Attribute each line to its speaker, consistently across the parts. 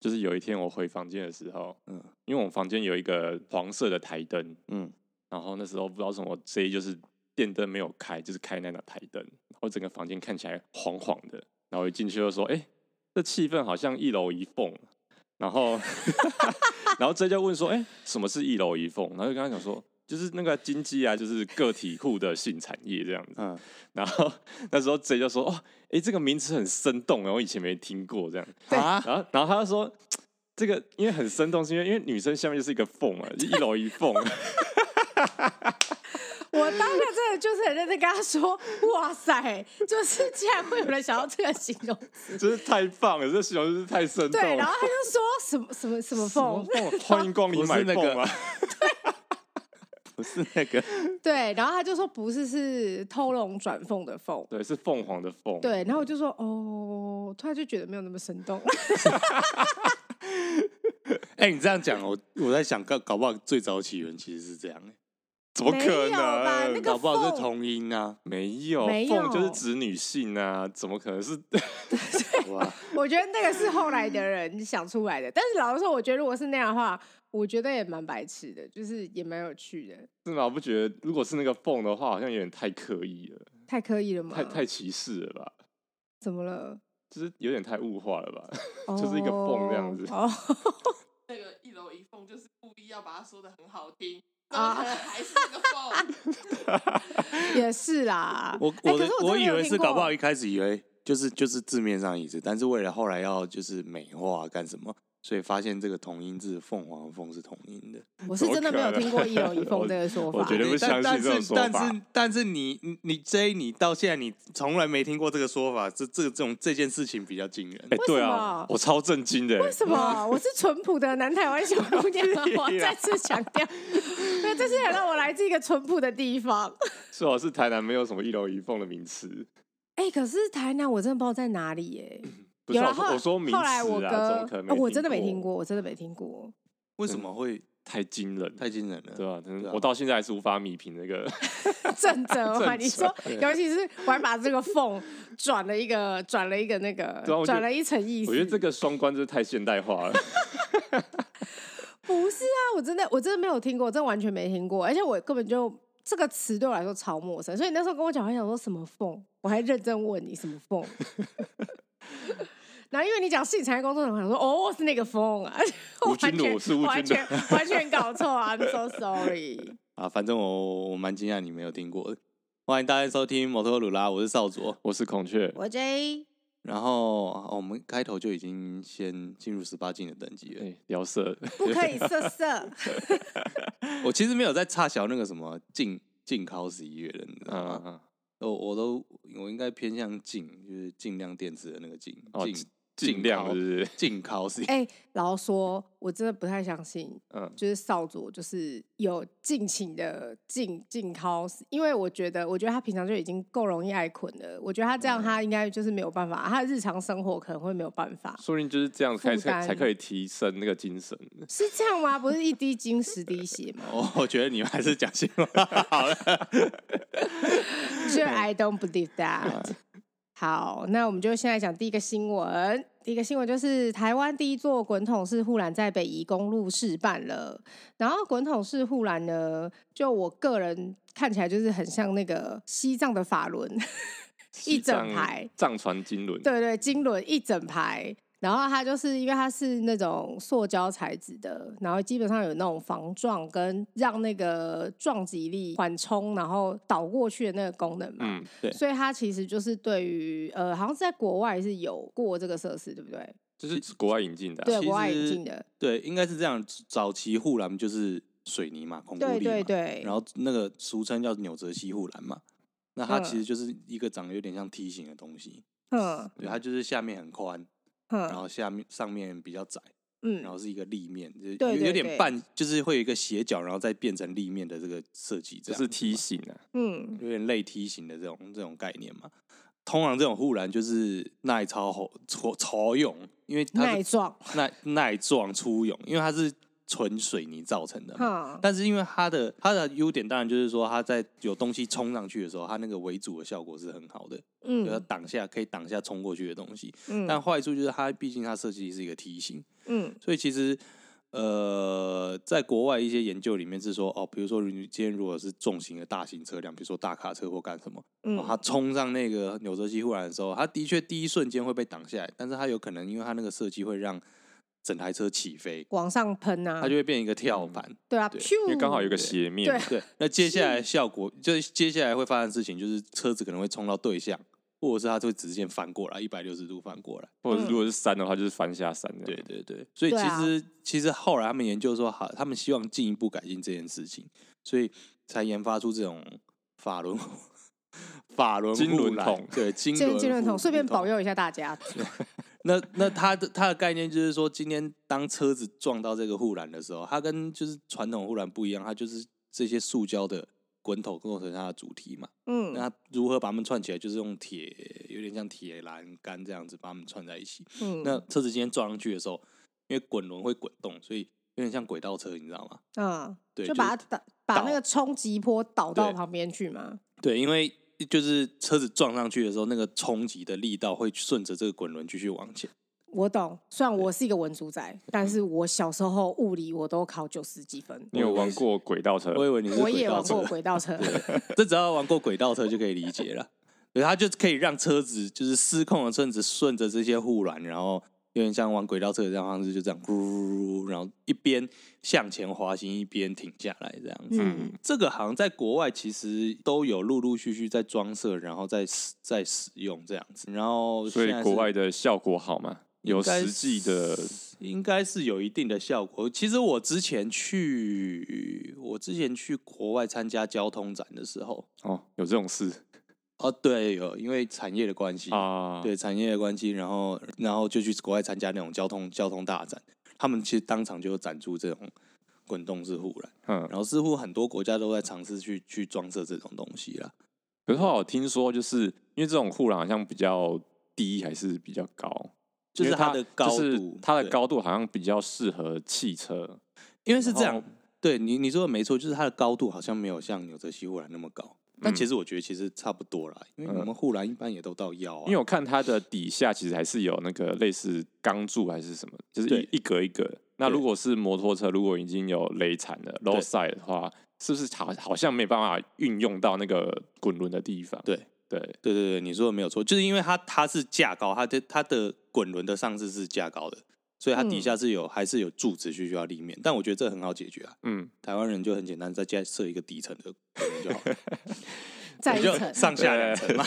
Speaker 1: 就是有一天我回房间的时候，
Speaker 2: 嗯
Speaker 1: 因为我们房间有一个黄色的台灯，
Speaker 2: 嗯，
Speaker 1: 然后那时候不知道为什么，这一就是电灯没有开，就是开那盏台灯，然后整个房间看起来黄黄的。然后一进去就说：“哎、这气氛好像一楼一凤。”然后，然后这就问说：“哎、什么是一楼一凤？”然后就跟他讲说：“就是那个经济啊，就是个体户的性产业这样子。”
Speaker 2: 嗯，
Speaker 1: 然后那时候 J 就说：“哦，哎、这个名词很生动，我以前没听过 这样。”
Speaker 2: 啊，
Speaker 1: 然后，然后他就说，这个因为很生动，是因为因为女生下面就是一个缝嘛，就一楼一 缝。
Speaker 3: 我当下真的就是很认真跟他说，哇塞，就是竟然会有人想要这个形容，
Speaker 1: 就是太棒了，这形容就是太生动
Speaker 3: 对，然
Speaker 1: 了
Speaker 3: 后。他就说什么什么什么缝，
Speaker 1: 凤， 欢迎光临买
Speaker 2: 哦不是
Speaker 1: 凤
Speaker 2: 那
Speaker 1: 啊！
Speaker 2: 不是那个，
Speaker 3: 对，然后他就说不是是偷龙转凤的 凤，
Speaker 1: 对，是凤凰的凤。
Speaker 3: 对，然后我就说哦，突然就觉得没有那么生动，
Speaker 2: 哎、你这样讲，我我在想，搞搞不好最早起源其实是这样、欸，
Speaker 1: 怎么
Speaker 3: 没
Speaker 1: 可
Speaker 3: 有吧那
Speaker 1: 能
Speaker 3: 个？
Speaker 2: 搞不好是
Speaker 3: 凤
Speaker 2: 同音啊，
Speaker 1: 没有，
Speaker 3: 没
Speaker 1: 凤就是
Speaker 3: 有
Speaker 1: 指女性啊，怎么可能是？
Speaker 2: 哇，
Speaker 3: 我觉得那个是后来的人想出来的，但是老实说，我觉得如果是那样的话，我觉得也蛮白痴的，就是也蛮有趣的，
Speaker 1: 是吗？我不觉得，如果是那个凤的话，好像有点太刻意了，
Speaker 3: 太刻意了吗？
Speaker 1: 太太歧视了吧？
Speaker 3: 怎么了？
Speaker 1: 就是有点太物化了吧？就是一个缝这样子
Speaker 3: 哦， 哦
Speaker 4: 那个一楼一凤就是故意要把它说的很好听，
Speaker 3: 啊
Speaker 4: 啊，还是那个凤。
Speaker 3: 也是啦。
Speaker 2: 我我
Speaker 3: 哎可
Speaker 2: 的、
Speaker 3: 是
Speaker 2: 我
Speaker 3: 我真的
Speaker 2: 以
Speaker 3: 有
Speaker 2: 为
Speaker 3: 听
Speaker 2: 是搞不
Speaker 3: 过
Speaker 2: 好一开始以为就是就是字面上意思，但是为了后来要就是美化干什么，所以发现这个同音字凤凰凤是同音的。
Speaker 3: 我是真的没有听过一楼一凤这个说法。
Speaker 1: 我觉得不相信
Speaker 2: 但
Speaker 1: 这种说
Speaker 2: 但是
Speaker 1: 法
Speaker 2: 但是但是你你你 J 你到现在你从来没听过这个说法，这这这种这件事情比较惊人
Speaker 1: 哎。， 对
Speaker 3: 为什
Speaker 1: 啊
Speaker 3: 么，
Speaker 1: 我超震惊的。欸
Speaker 3: 为什
Speaker 1: 嗯
Speaker 3: 么？我是淳朴的南台湾小 姑娘，
Speaker 1: 啊
Speaker 3: 我再次强调，那这是想让我来自一个淳朴的地方。
Speaker 1: 最好是台南没有什么一楼一凤的名词。
Speaker 3: 哎、可是台南我真的不知道在哪里耶、
Speaker 1: 不是
Speaker 3: 有
Speaker 1: 啊
Speaker 3: 啦，
Speaker 1: 我
Speaker 3: 后来
Speaker 1: 说我说名词
Speaker 3: 后来
Speaker 1: 啊，
Speaker 3: 我
Speaker 1: 怎么可
Speaker 3: 哥、
Speaker 1: 能
Speaker 3: 啊我真的没听
Speaker 1: 听，
Speaker 3: 过，我真的没听过。
Speaker 2: 为什么会
Speaker 1: 太惊人，
Speaker 2: 太惊人了？
Speaker 1: 对啊，真
Speaker 2: 对
Speaker 1: 的
Speaker 2: 啊
Speaker 1: 我到现在还是无法米平那个。
Speaker 3: 正则嘛，啊你说，
Speaker 2: 对
Speaker 3: 尤其是我还把这个缝转了一个，转了一个那个
Speaker 1: 对啊我，觉得
Speaker 3: 转了一层 意思。
Speaker 1: 我觉得这个双关真的太现代化了。
Speaker 3: 不是啊，我真的我真的没有听过，我真的完全没听过，而且我根本就这个词对我来说超陌生，所以你那时候跟我讲，我还想说什么缝，我还认真问你什么 缝。然后因为你讲性产业工作者，我想说哦是那个风啊，
Speaker 1: 吴君如
Speaker 3: 我完全
Speaker 1: 是吴君如
Speaker 3: 完全完全搞错啊，I'm so sorry。
Speaker 2: 啊，反正我我蛮惊讶你没有听过的。欢迎大家收听摩托鲁拉，我是少佐。
Speaker 1: 我是孔雀，
Speaker 3: 我 J
Speaker 2: 然后、哦我们开头就已经先进入十八禁的等级了。
Speaker 1: 哎，聊 色，
Speaker 3: 不可以色色，
Speaker 2: 我其实没有在差小那个什么禁禁考十一月的，你知道吗？
Speaker 1: 嗯，
Speaker 2: 我我都我应该偏向禁，就是尽量电池的那个禁
Speaker 1: 哦
Speaker 2: 禁
Speaker 1: 尽量是不是？
Speaker 2: 禁考十一。
Speaker 3: 哎、然后说，我真的不太相信，
Speaker 1: 嗯
Speaker 3: 就是少佐就是有尽情的尽尽 cos，因为我觉得，我觉得他平常就已经够容易爱捆了，我觉得他这样他应该就是没有办法，他的日常生活可能会没有办法，
Speaker 1: 说不定就是这样才
Speaker 3: 负
Speaker 1: 才
Speaker 3: 担
Speaker 1: 才可以提升那个精神。
Speaker 3: 是这样吗？不是一滴精十滴血吗？
Speaker 2: 我我觉得你们还是讲新闻 好了。
Speaker 3: 所以 I don't believe that。好，那我们就现在讲第一个新闻。第一个新闻就是台湾第一座滚筒式护栏在北宜公路试办了。然后滚筒式护栏呢，就我个人看起来就是很像那个西藏的法轮， 一整
Speaker 1: 西藏
Speaker 3: 排
Speaker 1: 藏传经纶，
Speaker 3: 对对，金轮一整排。然后它就是因为它是那种塑胶材质的，然后基本上有那种防撞跟让那个撞击力缓冲，然后倒过去的那个功能嘛。
Speaker 1: 嗯，
Speaker 2: 对
Speaker 3: 所以它其实就是对于呃，好像是在国外是有过这个设施，对不对？
Speaker 1: 就是国外引进的啊。
Speaker 3: 对，
Speaker 2: 其
Speaker 3: 国外引
Speaker 2: 实
Speaker 3: 进的，
Speaker 2: 对，应该是这样。早期护栏就是水泥嘛，孔固力嘛
Speaker 3: 对对对。
Speaker 2: 然后那个俗称叫纽泽西护栏嘛。那它
Speaker 3: 嗯
Speaker 2: 其实就是一个长得有点像梯形的东西，
Speaker 3: 嗯
Speaker 2: 对，它就是下面很宽，然
Speaker 3: 嗯
Speaker 2: 后下面上面比较窄，然
Speaker 3: 嗯，
Speaker 2: 后是一个立面，就是有
Speaker 3: 对对
Speaker 2: 有点
Speaker 3: 对
Speaker 2: 半，就是会有一个斜角，然后再变成立面的这个设计，
Speaker 1: 就
Speaker 2: 这样
Speaker 1: 是
Speaker 2: 子
Speaker 1: 梯
Speaker 2: 嘛，
Speaker 1: 形啊，
Speaker 3: 嗯，
Speaker 2: 有点类梯形的这种这种概念嘛。通常这种护栏就是耐操吼超超用，因为它
Speaker 3: 耐
Speaker 2: 是
Speaker 3: 撞，
Speaker 2: 耐耐撞出勇，因为它是纯水泥造成的嘛。
Speaker 3: 哼，
Speaker 2: 但是因为它的它的优点，当然就是说它在有东西冲上去的时候，它那个围阻的效果是很好的，就它
Speaker 3: 嗯
Speaker 2: 挡下可以挡下冲过去的东西。但
Speaker 3: 嗯
Speaker 2: 坏处就是它毕竟它设计是一个梯形，
Speaker 3: 嗯
Speaker 2: 所以其实呃，在国外一些研究里面是说，哦，比如说你今天如果是重型的大型车辆，比如说大卡车或干什么，然哦后它
Speaker 3: 嗯，
Speaker 2: 冲上那个纽泽西护栏的时候，它的确第一瞬间会被挡下来，但是它有可能因为它那个设计会让整台车起飞，
Speaker 3: 往上喷啊
Speaker 2: 它，就会变一个跳板。
Speaker 3: 对啊，
Speaker 2: 对
Speaker 3: 咻
Speaker 1: 因为刚好有一个斜面，
Speaker 3: 对
Speaker 2: 对，那接下来效果就是接下来会发生的事情，就是车子可能会冲到对象，或者是它就会直线翻过来，一百六十度翻过来。
Speaker 1: 或者是如
Speaker 3: 嗯
Speaker 1: 果是山的话，就是翻下山的。
Speaker 2: 对对对，所以
Speaker 3: 对
Speaker 2: 其
Speaker 3: 啊
Speaker 2: 实、其实后来他们研究说，好，他们希望进一步改进这件事情，所以才研发出这种法轮法轮
Speaker 1: 金
Speaker 2: 护
Speaker 1: 轮
Speaker 2: 栏
Speaker 1: 筒
Speaker 2: 对金
Speaker 3: 这
Speaker 2: 轮
Speaker 3: 金轮
Speaker 2: 护
Speaker 3: 筒，顺便
Speaker 2: 护筒
Speaker 3: 保佑一下大家。
Speaker 2: 那那它的它的概念就是说，今天当车子撞到这个护栏的时候，它跟就是传统护栏不一样，它就是这些塑胶的滚筒构成它的主题嘛。
Speaker 3: 嗯
Speaker 2: 那它如何把它们串起来，就是用铁，有点像铁栏杆这样子把它们串在一起。
Speaker 3: 嗯，
Speaker 2: 那车子今天撞上去的时候，因为滚轮会滚动，所以有点像轨道车，你知道吗？
Speaker 3: 嗯，
Speaker 2: 对，
Speaker 3: 就是把它打，把
Speaker 2: 倒
Speaker 3: 那个冲击波导到
Speaker 2: 对
Speaker 3: 旁边去嘛。
Speaker 2: 对，因为就是车子撞上去的时候，那个冲击的力道会顺着这个滚轮继续往前。
Speaker 3: 我懂，虽然我是一个文组仔，
Speaker 2: 嗯
Speaker 3: 但是我小时候物理我都考九十几分，
Speaker 1: 你有玩过轨道车？
Speaker 2: 我以为你是
Speaker 3: 我
Speaker 2: 轨
Speaker 3: 也
Speaker 2: 道
Speaker 3: 玩
Speaker 2: 车
Speaker 3: 过轨道车，
Speaker 2: 这只要玩过轨道车就可以理解了。对，它就可以让车子就是失控的车子顺着这些护栏，然后有点像玩轨道车的这样方式，就这样咕噜，然后一边向前滑行，一边停下来这样子。
Speaker 3: 嗯
Speaker 2: 这个好像在国外其实都有陆陆续续在装设，然后再使再使用这样子。然后
Speaker 1: 所
Speaker 2: 现
Speaker 1: 以
Speaker 2: 在是
Speaker 1: 国外的效果好吗？有
Speaker 2: 应该
Speaker 1: 实际的
Speaker 2: 是应该是有一定的效果。其实我之前去我之前去国外参加交通展的时候，
Speaker 1: 哦，有这种事
Speaker 2: 哦，对，有因为产业的关系，
Speaker 1: 啊？，
Speaker 2: 对产业的关系，然后然后就去国外参加那种交通交通大展，他们其实当场就有展出这种滚动式护栏，
Speaker 1: 嗯。
Speaker 2: 然后似乎很多国家都在尝试去去装设这种东西啦。
Speaker 1: 可是后来我听说，就是因为这种护栏好像比较低还是比较高，
Speaker 2: 就是
Speaker 1: 因为它
Speaker 2: 的高度，
Speaker 1: 就是它的
Speaker 2: 对，
Speaker 1: 高度好像比较适合汽车。
Speaker 2: 因为是这
Speaker 1: 然
Speaker 2: 样
Speaker 1: 后，
Speaker 2: 对你你说的没错，就是它的高度好像没有像纽泽西护栏那么高，但
Speaker 1: 嗯
Speaker 2: 其实我觉得其实差不多啦，因为我们护栏一般也都到腰啊，
Speaker 1: 因为我看它的底下其实还是有那个类似钢柱还是什么，就是
Speaker 2: 对
Speaker 1: 一一格一格。那
Speaker 2: 对
Speaker 1: 如果是摩托车，如果已经有雷铲了 low side 的话，是不是好好像没办法运用到那个滚轮的地方？
Speaker 2: 对
Speaker 1: 对，
Speaker 2: 对对对，你说的没有错，就是因为它它是架高，它的它的滚轮的上肢是架高的，所以它底
Speaker 3: 嗯
Speaker 2: 下是有、还是有柱子需要立面，但我觉得这很好解决啊。
Speaker 1: 嗯，
Speaker 2: 台湾人就很简单，在家设一个底层的滚轮就 好了，
Speaker 3: 再
Speaker 2: 你
Speaker 3: 一
Speaker 2: 就
Speaker 3: 层
Speaker 2: 上下 两层嘛，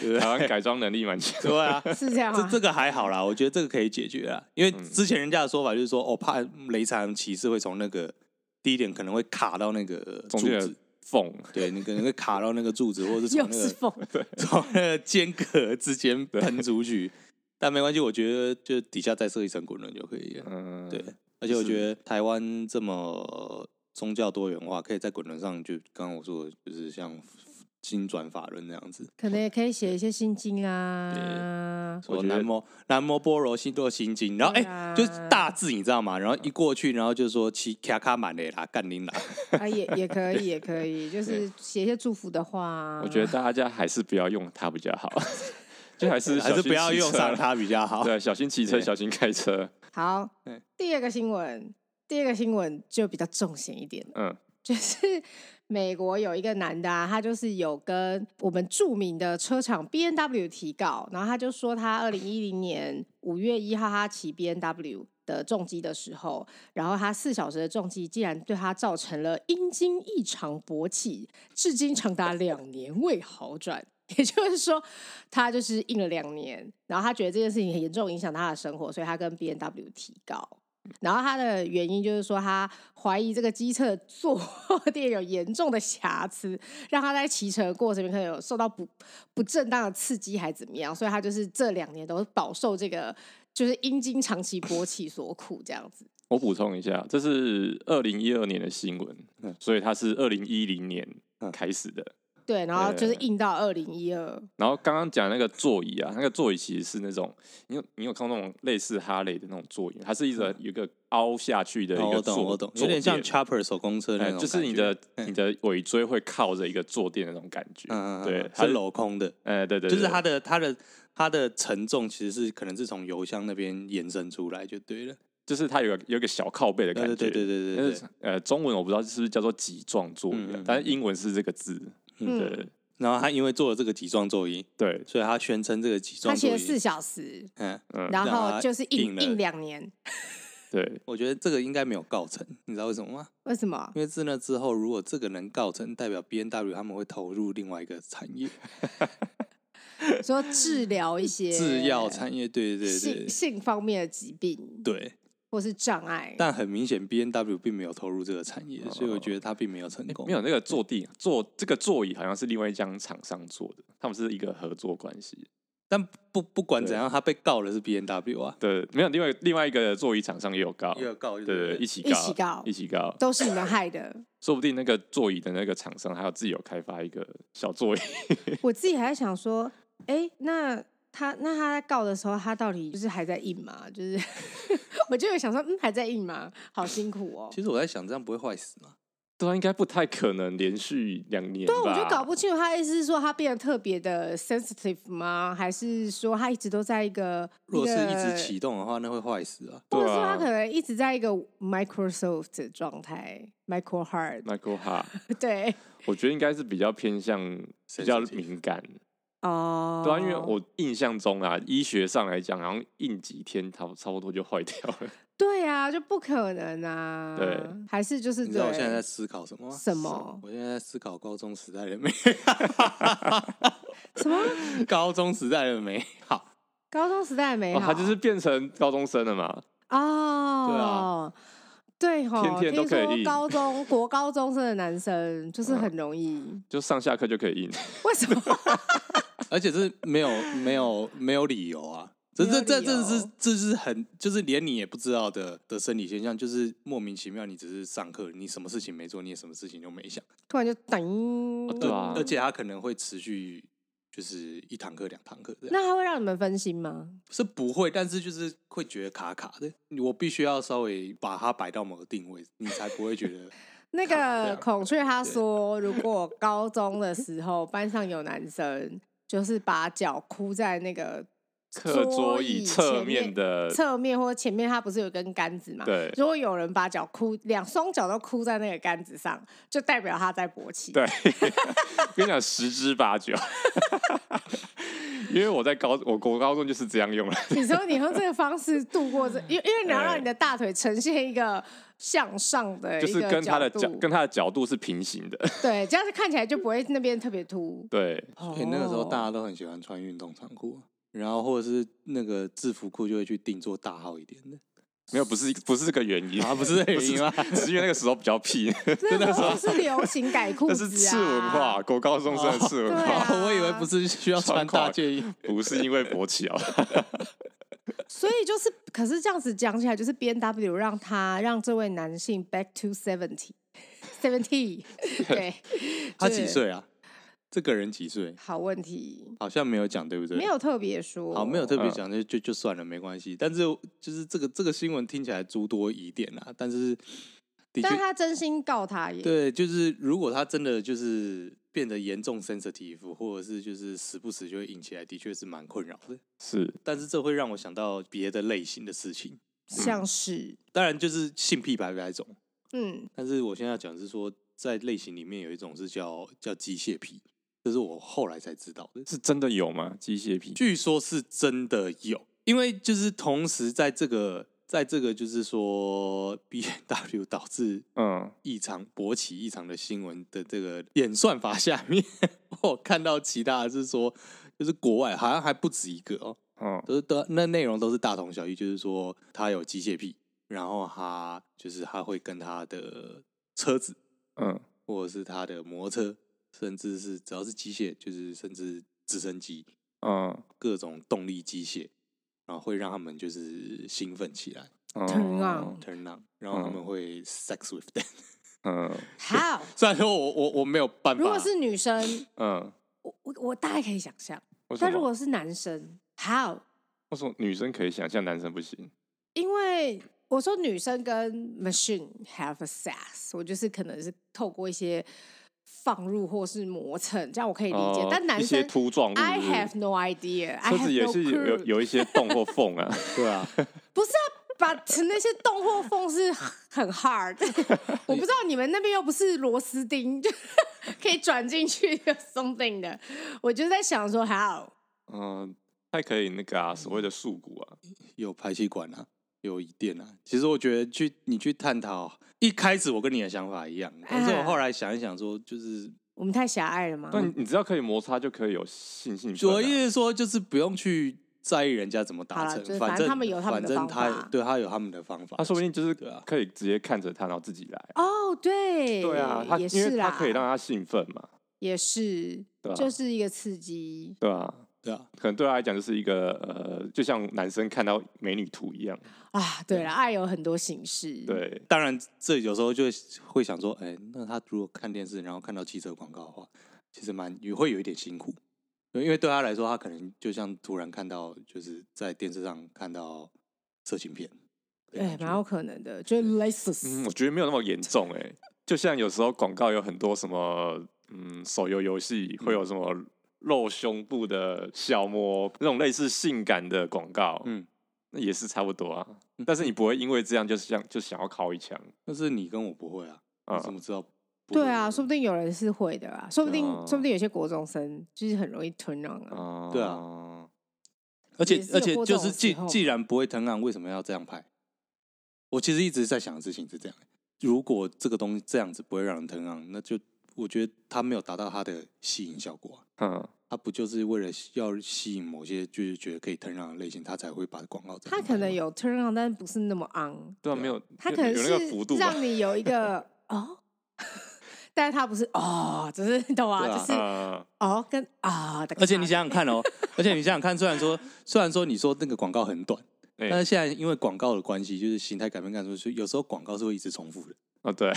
Speaker 2: 对不
Speaker 1: 台
Speaker 2: 对？
Speaker 1: 湾改装能力蛮强。
Speaker 2: 对 啊，
Speaker 3: 是这样
Speaker 2: 这
Speaker 3: 吗？
Speaker 2: 这个还好啦，我觉得这个可以解决啊，因为
Speaker 1: 嗯
Speaker 2: 之前人家的说法就是说，哦，怕雷残骑士会从那个第一点可能会卡到那个
Speaker 1: 中
Speaker 2: 柱
Speaker 1: 间有
Speaker 2: 子，
Speaker 1: 缝，
Speaker 2: 对，你可能会卡到那个柱子，或者是从
Speaker 3: 又
Speaker 2: 那个
Speaker 3: 是缝，
Speaker 2: 从那个间隔之间喷出去。但没关系，我觉得就底下再设一层滚轮就可以了。
Speaker 1: 嗯，
Speaker 2: 对，而且我觉得台湾这么宗教多元化，可以在滚轮上就刚刚我说的，就是像金转法轮那样子，
Speaker 3: 可能也可以写一些心经啊。
Speaker 1: 我
Speaker 2: 说
Speaker 1: 觉得
Speaker 2: 南无南无般若心多心经，然后哎、
Speaker 3: 对啊
Speaker 2: 就是大字你知道吗？然后一过去，然后就说骑卡卡满的啦，干林啦，
Speaker 3: 啊，也也可以，也可以，就是写一些祝福的话啊。
Speaker 1: 我觉得大家还是不要用它比较好， 就还是
Speaker 2: 还
Speaker 1: 小
Speaker 2: 是
Speaker 1: 心
Speaker 2: 不要
Speaker 1: 骑
Speaker 2: 用
Speaker 1: 车
Speaker 2: 上。它比较好。
Speaker 1: 对，小心骑车，
Speaker 2: 对
Speaker 1: 小心开车。
Speaker 3: 好
Speaker 2: 对。
Speaker 3: 第二个新闻，第二个新闻就比较重险一点，
Speaker 1: 嗯，
Speaker 3: 就是美国有一个男的、啊，他就是有跟我们著名的车厂 B N W 提告，然后他就说他二零一零年五月一号他骑 B N W 的重机的时候，然后他四小时的重机竟然对他造成了阴茎异常勃起，至今长达两年未好转。也就是说，他就是硬了两年，然后他觉得这件事情很严重影响他的生活，所以他跟 B N W 提告。然后他的原因就是说，他怀疑这个机车的 坐垫有严重的瑕疵，让他在骑乘的过程中可能有受到不不正当的刺激，还怎么样？所以他就是这两年都饱受这个就是阴茎长期勃起所苦，这样子。
Speaker 1: 我补充一下，这是二零一二年的新闻，所以它是二零一零年
Speaker 2: 嗯
Speaker 1: 开始的。
Speaker 3: 对，然后就是
Speaker 1: 对
Speaker 3: 硬到二零一二，
Speaker 1: 然后刚刚讲那个座椅啊，那个座椅其实是那种，你有你有看过那种类似哈雷的那种座椅吗，它是一个有一个凹下去的一
Speaker 2: 嗯哦
Speaker 1: 个
Speaker 2: 我
Speaker 1: 坐，
Speaker 2: 懂我懂，
Speaker 1: 坐
Speaker 2: 有点像
Speaker 1: 垫
Speaker 2: chopper 手工车那
Speaker 1: 哎
Speaker 2: 种感觉，
Speaker 1: 就是你的
Speaker 2: 嗯
Speaker 1: 你的尾椎会靠着一个坐垫的那种感觉，
Speaker 2: 嗯，嗯，嗯
Speaker 1: 对，它
Speaker 2: 是，镂空的，
Speaker 1: 哎，对对，
Speaker 2: 就是
Speaker 1: 对
Speaker 2: 它的它的它的承重其实是可能是从油箱那边延伸出来就对了，
Speaker 1: 就是它有个有一个小靠背的感
Speaker 2: 对
Speaker 1: 觉，
Speaker 2: 对对对对
Speaker 1: 但
Speaker 2: 对对
Speaker 1: 是。呃，中文我不知道是不是叫做脊状座椅啊，
Speaker 2: 嗯嗯嗯
Speaker 1: 但是英文是这个字，
Speaker 3: 嗯
Speaker 1: 对
Speaker 2: 然后他因为做了这个脊状座椅，
Speaker 1: 对，
Speaker 2: 所以他宣称这个脊
Speaker 3: 他
Speaker 2: 状
Speaker 3: 写
Speaker 2: 座
Speaker 3: 了四
Speaker 2: 椅，
Speaker 3: 小时，
Speaker 2: 嗯，
Speaker 1: 嗯，
Speaker 2: 让
Speaker 3: 然后
Speaker 2: 他
Speaker 3: 就是
Speaker 2: 硬
Speaker 3: 硬
Speaker 2: 了
Speaker 3: 硬两年，
Speaker 1: 对，
Speaker 2: 我觉得这个应该没有告成，你知道为什么吗？
Speaker 3: 为什么？
Speaker 2: 因为自那之后，如果这个能告成，代表 B N W 他们会投入另外一个产业，
Speaker 3: 说治疗一些
Speaker 2: 制药产业，对对对
Speaker 3: 性性方面的疾病
Speaker 2: 对。
Speaker 3: 或是障碍，
Speaker 2: 但很明显，B N W 并没有投入这个产业，所以我觉得它并没有成功。
Speaker 1: 没有那个坐地坐这个座椅好像是另外一家厂商做的，他们是一个合作关系，
Speaker 2: 但不不管怎
Speaker 1: 对
Speaker 2: 样，他被告了是 B N W 啊，
Speaker 1: 对，没有另外另外一个座椅厂商也有告，
Speaker 2: 也有告就
Speaker 1: 对
Speaker 2: 对
Speaker 1: 对
Speaker 2: 了
Speaker 1: 对，一起
Speaker 3: 一起告
Speaker 1: 一起告，
Speaker 3: 都是你们 害的。
Speaker 1: 说不定那个座椅的那个厂商还有自己有开发一个小座椅，
Speaker 3: 我自己还在想说，哎、那他那他在告的时候，他到底就是还在硬吗？就是 我就有想说，嗯，还在硬吗？好辛苦哦。
Speaker 2: 其实我在想，这样不会坏死吗？
Speaker 1: 对啊，应该不太可能连续两年吧，
Speaker 3: 啊我就搞不清楚他的意思是说他变得特别的 sensitive 吗？还是说他一直都在一个，
Speaker 2: 如果是
Speaker 3: 个
Speaker 2: 一直启动的话，那会坏死啊。
Speaker 3: 或者
Speaker 1: 对
Speaker 3: 是他
Speaker 1: 啊
Speaker 3: 可能一直在一个 Microsoft 的状态，Micro Hard，
Speaker 1: ，Michael Ha，
Speaker 3: 对，
Speaker 1: 我觉得应该是比较偏向比较
Speaker 2: Sensitive
Speaker 1: 敏感，
Speaker 3: 哦，
Speaker 1: 对啊，因为我印象中啊，医学上来讲，好像硬几天差不差不多就坏掉了。
Speaker 3: 对啊，就不可能啊，
Speaker 1: 对，
Speaker 3: 还是就是
Speaker 2: 你知道我
Speaker 3: 对
Speaker 2: 现在在思考什么吗？
Speaker 3: 什么
Speaker 2: 我现在在思考高中时代的美，
Speaker 3: 什么
Speaker 2: 高中时代的美 好。
Speaker 3: 高中时代没
Speaker 1: 哦
Speaker 3: 有，
Speaker 1: 他就是变成高中生了嘛，
Speaker 3: 哦，对吼，
Speaker 1: 啊天天都可以
Speaker 3: 听说
Speaker 1: 硬嗯
Speaker 3: 高中国高中生的男生就是很容易，
Speaker 1: 就上下课就可以硬。
Speaker 3: 为什么？
Speaker 2: 而且这没有没有没有理由啊！这
Speaker 3: 没有
Speaker 2: 这
Speaker 3: 理
Speaker 2: 这
Speaker 3: 由
Speaker 2: 这是这是很就是连你也不知道的的生理现象，就是莫名其妙，你只是上课，你什么事情没做，你也什么事情都没想，
Speaker 3: 突然就等，
Speaker 1: 哦对啊
Speaker 2: 而且它可能会持续就是一堂课两堂课这样，
Speaker 3: 那他会让你们分心吗？
Speaker 2: 是不会，但是就是会觉得卡卡的。我必须要稍微把它摆到某个定位，你才不会觉得
Speaker 3: 那
Speaker 2: 卡
Speaker 1: 啊
Speaker 3: 个
Speaker 2: 掉
Speaker 3: 孔雀他说，如果高中的时候班上有男生，就是把脚箍在那个
Speaker 1: 课桌椅侧
Speaker 3: 前面
Speaker 1: 面的，
Speaker 3: 侧面或前面，它不是有根杆子嘛？
Speaker 1: 对
Speaker 3: 如果有人把脚箍，两双脚都箍在那个杆子上，就代表他在勃起。
Speaker 1: 对， 跟你讲十之八九。因为我在高我我高中就是这样用了，
Speaker 3: 你说你用这个方式度过这，因为因为你要让你的大腿呈现一个向上的
Speaker 1: 哎 就
Speaker 3: 一
Speaker 1: 是
Speaker 3: 个
Speaker 1: 跟它的
Speaker 3: 角
Speaker 1: 角
Speaker 3: 度
Speaker 1: 跟它的角度是平行的。
Speaker 3: 对，这样子看起来就不会那边特别凸。
Speaker 1: 对，
Speaker 3: 哦
Speaker 2: 所以那个时候大家都很喜欢穿运动长裤，啊然后或者是那个制服裤就会去定做大号一点的。
Speaker 1: 没有不是不是这个原因
Speaker 2: 啊不是 这个原因吗
Speaker 1: 只是因为那个时候比较屁，
Speaker 3: 那个时候就是流行改裤
Speaker 1: 那
Speaker 3: 子
Speaker 1: 是
Speaker 3: 啊，
Speaker 1: 次文化，国高中生的次
Speaker 2: 哦
Speaker 1: 文
Speaker 3: 对
Speaker 1: 化，
Speaker 3: 啊
Speaker 2: 我以为不是需要穿大件衣，
Speaker 1: 不是因为勃起哦。
Speaker 3: 所以就是，可是这样子讲起来，就是 B N W 让他让这位男性 back to seventy seventy，对，
Speaker 2: 他
Speaker 3: 对
Speaker 2: 几？岁啊？这个人几岁？
Speaker 3: 好问题，
Speaker 2: 好像没有讲，对不对？
Speaker 3: 没。有特别说，
Speaker 2: 好，没有特别
Speaker 1: 嗯
Speaker 2: 讲，就就就算了，没关系。但是就是这个这个新闻听起来诸多疑点啦，但是的确
Speaker 3: 但，他真心告他耶，
Speaker 2: 对，就是如果他真的就是变得严重 sensitive，或者是就是时不时就会引起来，的确是蛮困扰的。
Speaker 1: 是
Speaker 2: 但是这会让我想到别的类型的事情，
Speaker 3: 像是
Speaker 2: 当然就是性癖白白种，
Speaker 3: 嗯，
Speaker 2: 但是我现在要讲的是说，在类型里面有一种是叫叫机械癖，这是我后来才知道的，
Speaker 1: 是真的有吗？机械皮
Speaker 2: 据说是真的有，因为就是同时在这个在这个就是说 B N W 导致
Speaker 1: 嗯，
Speaker 2: 异常勃起异常的新闻的这个演算法下面，我看到其他的是说，就是国外好像还不止一个哦，
Speaker 1: 哦，
Speaker 2: 都是都那内容都是大同小异，就是说他有机械癖，然后他就是他会跟他的车子
Speaker 1: 嗯，
Speaker 2: 或者是他的摩托车，甚至是只要是机械，就是甚至直升机
Speaker 1: 嗯，
Speaker 2: 各种动力机械，然后会让他们就是兴奋起来
Speaker 1: 嗯
Speaker 3: ，turn on 啊
Speaker 2: ，turn on，然后他
Speaker 1: 嗯
Speaker 2: 们会 sex with them，
Speaker 1: 嗯
Speaker 3: 好，
Speaker 2: 虽然说我我我没有办法，
Speaker 3: 如果是女生，
Speaker 1: 嗯，
Speaker 3: 我我我大概可以想象，
Speaker 1: 为什
Speaker 3: 但如
Speaker 1: 么？
Speaker 3: 果是男生，好，
Speaker 1: 为什么女生可以想象，男生不行？
Speaker 3: 因为我说女生跟 machine have a sex，我就是可能是透过一些放入或是磨蹭，这样我可以理解。
Speaker 1: 哦
Speaker 3: 但男
Speaker 1: 一些
Speaker 3: 生
Speaker 1: 突撞物是
Speaker 3: I
Speaker 1: 不是
Speaker 3: have no idea，I
Speaker 1: 车
Speaker 3: have
Speaker 1: 子也
Speaker 3: no
Speaker 1: 是有
Speaker 3: clue
Speaker 1: 有。有一些洞或缝 啊，
Speaker 2: 对啊，
Speaker 3: 不是啊，把那些洞或缝是很 hard，我不知道你们那边又不是螺丝钉，就 可以转进去的 something 的。我就在想说，好，
Speaker 1: 嗯，还可以那个啊，所谓的
Speaker 3: 嗯
Speaker 1: 束骨啊，
Speaker 2: 有排气管啊，有椅垫啊。其实我觉得去你去探讨，一开始我跟你的想法一样，但
Speaker 3: 哎
Speaker 2: 是我后来想一想说，就是
Speaker 3: 我们太狭隘了吗？
Speaker 1: 但你你只要可以摩擦，就可以有性兴奋啊。
Speaker 2: 我意思是说，就是不用去在意人家怎么
Speaker 3: 好啦
Speaker 2: 达成
Speaker 3: 就是，
Speaker 2: 反
Speaker 3: 反正他们有他们
Speaker 2: 反
Speaker 3: 的
Speaker 2: 正
Speaker 3: 方
Speaker 2: 他
Speaker 3: 法
Speaker 2: 对他有他们的方法，
Speaker 1: 他说不定就是
Speaker 2: 对啊
Speaker 1: 可以直接看着他，然后自己来。
Speaker 3: 哦，对，
Speaker 1: 对啊，他
Speaker 3: 也
Speaker 1: 因
Speaker 3: 是
Speaker 1: 为他
Speaker 3: 啦，
Speaker 1: 可以让他兴奋嘛，
Speaker 3: 也是，
Speaker 1: 对啊
Speaker 3: 就是一个刺激。
Speaker 1: 对啊，
Speaker 2: 对啊，
Speaker 1: 可能对他来讲就是一个呃，就像男生看到美女图一样，
Speaker 3: 啊，对了，爱有很多形式。，
Speaker 1: 对，
Speaker 2: 当然，这有时候就会想说，哎、那他如果看电视，然后看到汽车广告的话，其实蛮也会有一点辛苦，因为对他来说，他可能就像突然看到，就是在电视上看到色情片，
Speaker 3: 哎，蛮有可能的，就是 l a c e s
Speaker 1: 嗯，我觉得没有那么严重哎、就像有时候广告有很多什么，嗯，手游游戏会有什么露胸部的小模那种类似性感的广告，
Speaker 2: 嗯，
Speaker 1: 那也是差不多啊。但是你不会因为这样就想就想要敲一枪
Speaker 2: 但是你跟我不会啊，
Speaker 1: 啊
Speaker 2: 你？怎么知道不会？
Speaker 3: 对啊，说不定有人是会的啊，说不定，
Speaker 1: 哦
Speaker 3: 说不定有些国中生就是很容易 turn on 啊。
Speaker 1: 啊
Speaker 2: 对
Speaker 1: 啊，
Speaker 2: 而
Speaker 3: 也
Speaker 2: 且
Speaker 3: 是有
Speaker 2: 而且
Speaker 3: 过这
Speaker 2: 就
Speaker 3: 种
Speaker 2: 是
Speaker 3: 时
Speaker 2: 既
Speaker 3: 候
Speaker 2: 既
Speaker 3: 嘛
Speaker 2: 然不会疼爱，为什么要这样拍？我其实一直在想的事情是这样：如果这个东西这样子不会让人疼爱，那就我觉得它没有达到它的吸引效果啊、
Speaker 1: 嗯，
Speaker 2: 它不就是为了要吸引某些就是觉得可以疼让的类型，它才会把广告这样
Speaker 3: 他可
Speaker 2: 拍
Speaker 1: 啊
Speaker 3: 能
Speaker 2: 嘛
Speaker 3: 有 turn on，但是不是那么 on，
Speaker 1: 对啊，没有，
Speaker 3: 他
Speaker 1: 有
Speaker 3: 可能
Speaker 1: 有那个幅度
Speaker 3: 是
Speaker 1: 吧
Speaker 3: 让你有 一个哦， 但是他不是哦，只是你懂吗？
Speaker 2: 对啊
Speaker 3: 就是
Speaker 1: 啊，
Speaker 3: 哦跟啊的，
Speaker 2: 而且你想想看哦，而且你想想看，虽然说虽然说你说那个广告很短，
Speaker 1: 哎
Speaker 2: 但是现在因为广告的关系，就是形态改变干出去，有时候广告是会一直重复的。
Speaker 1: 啊，对，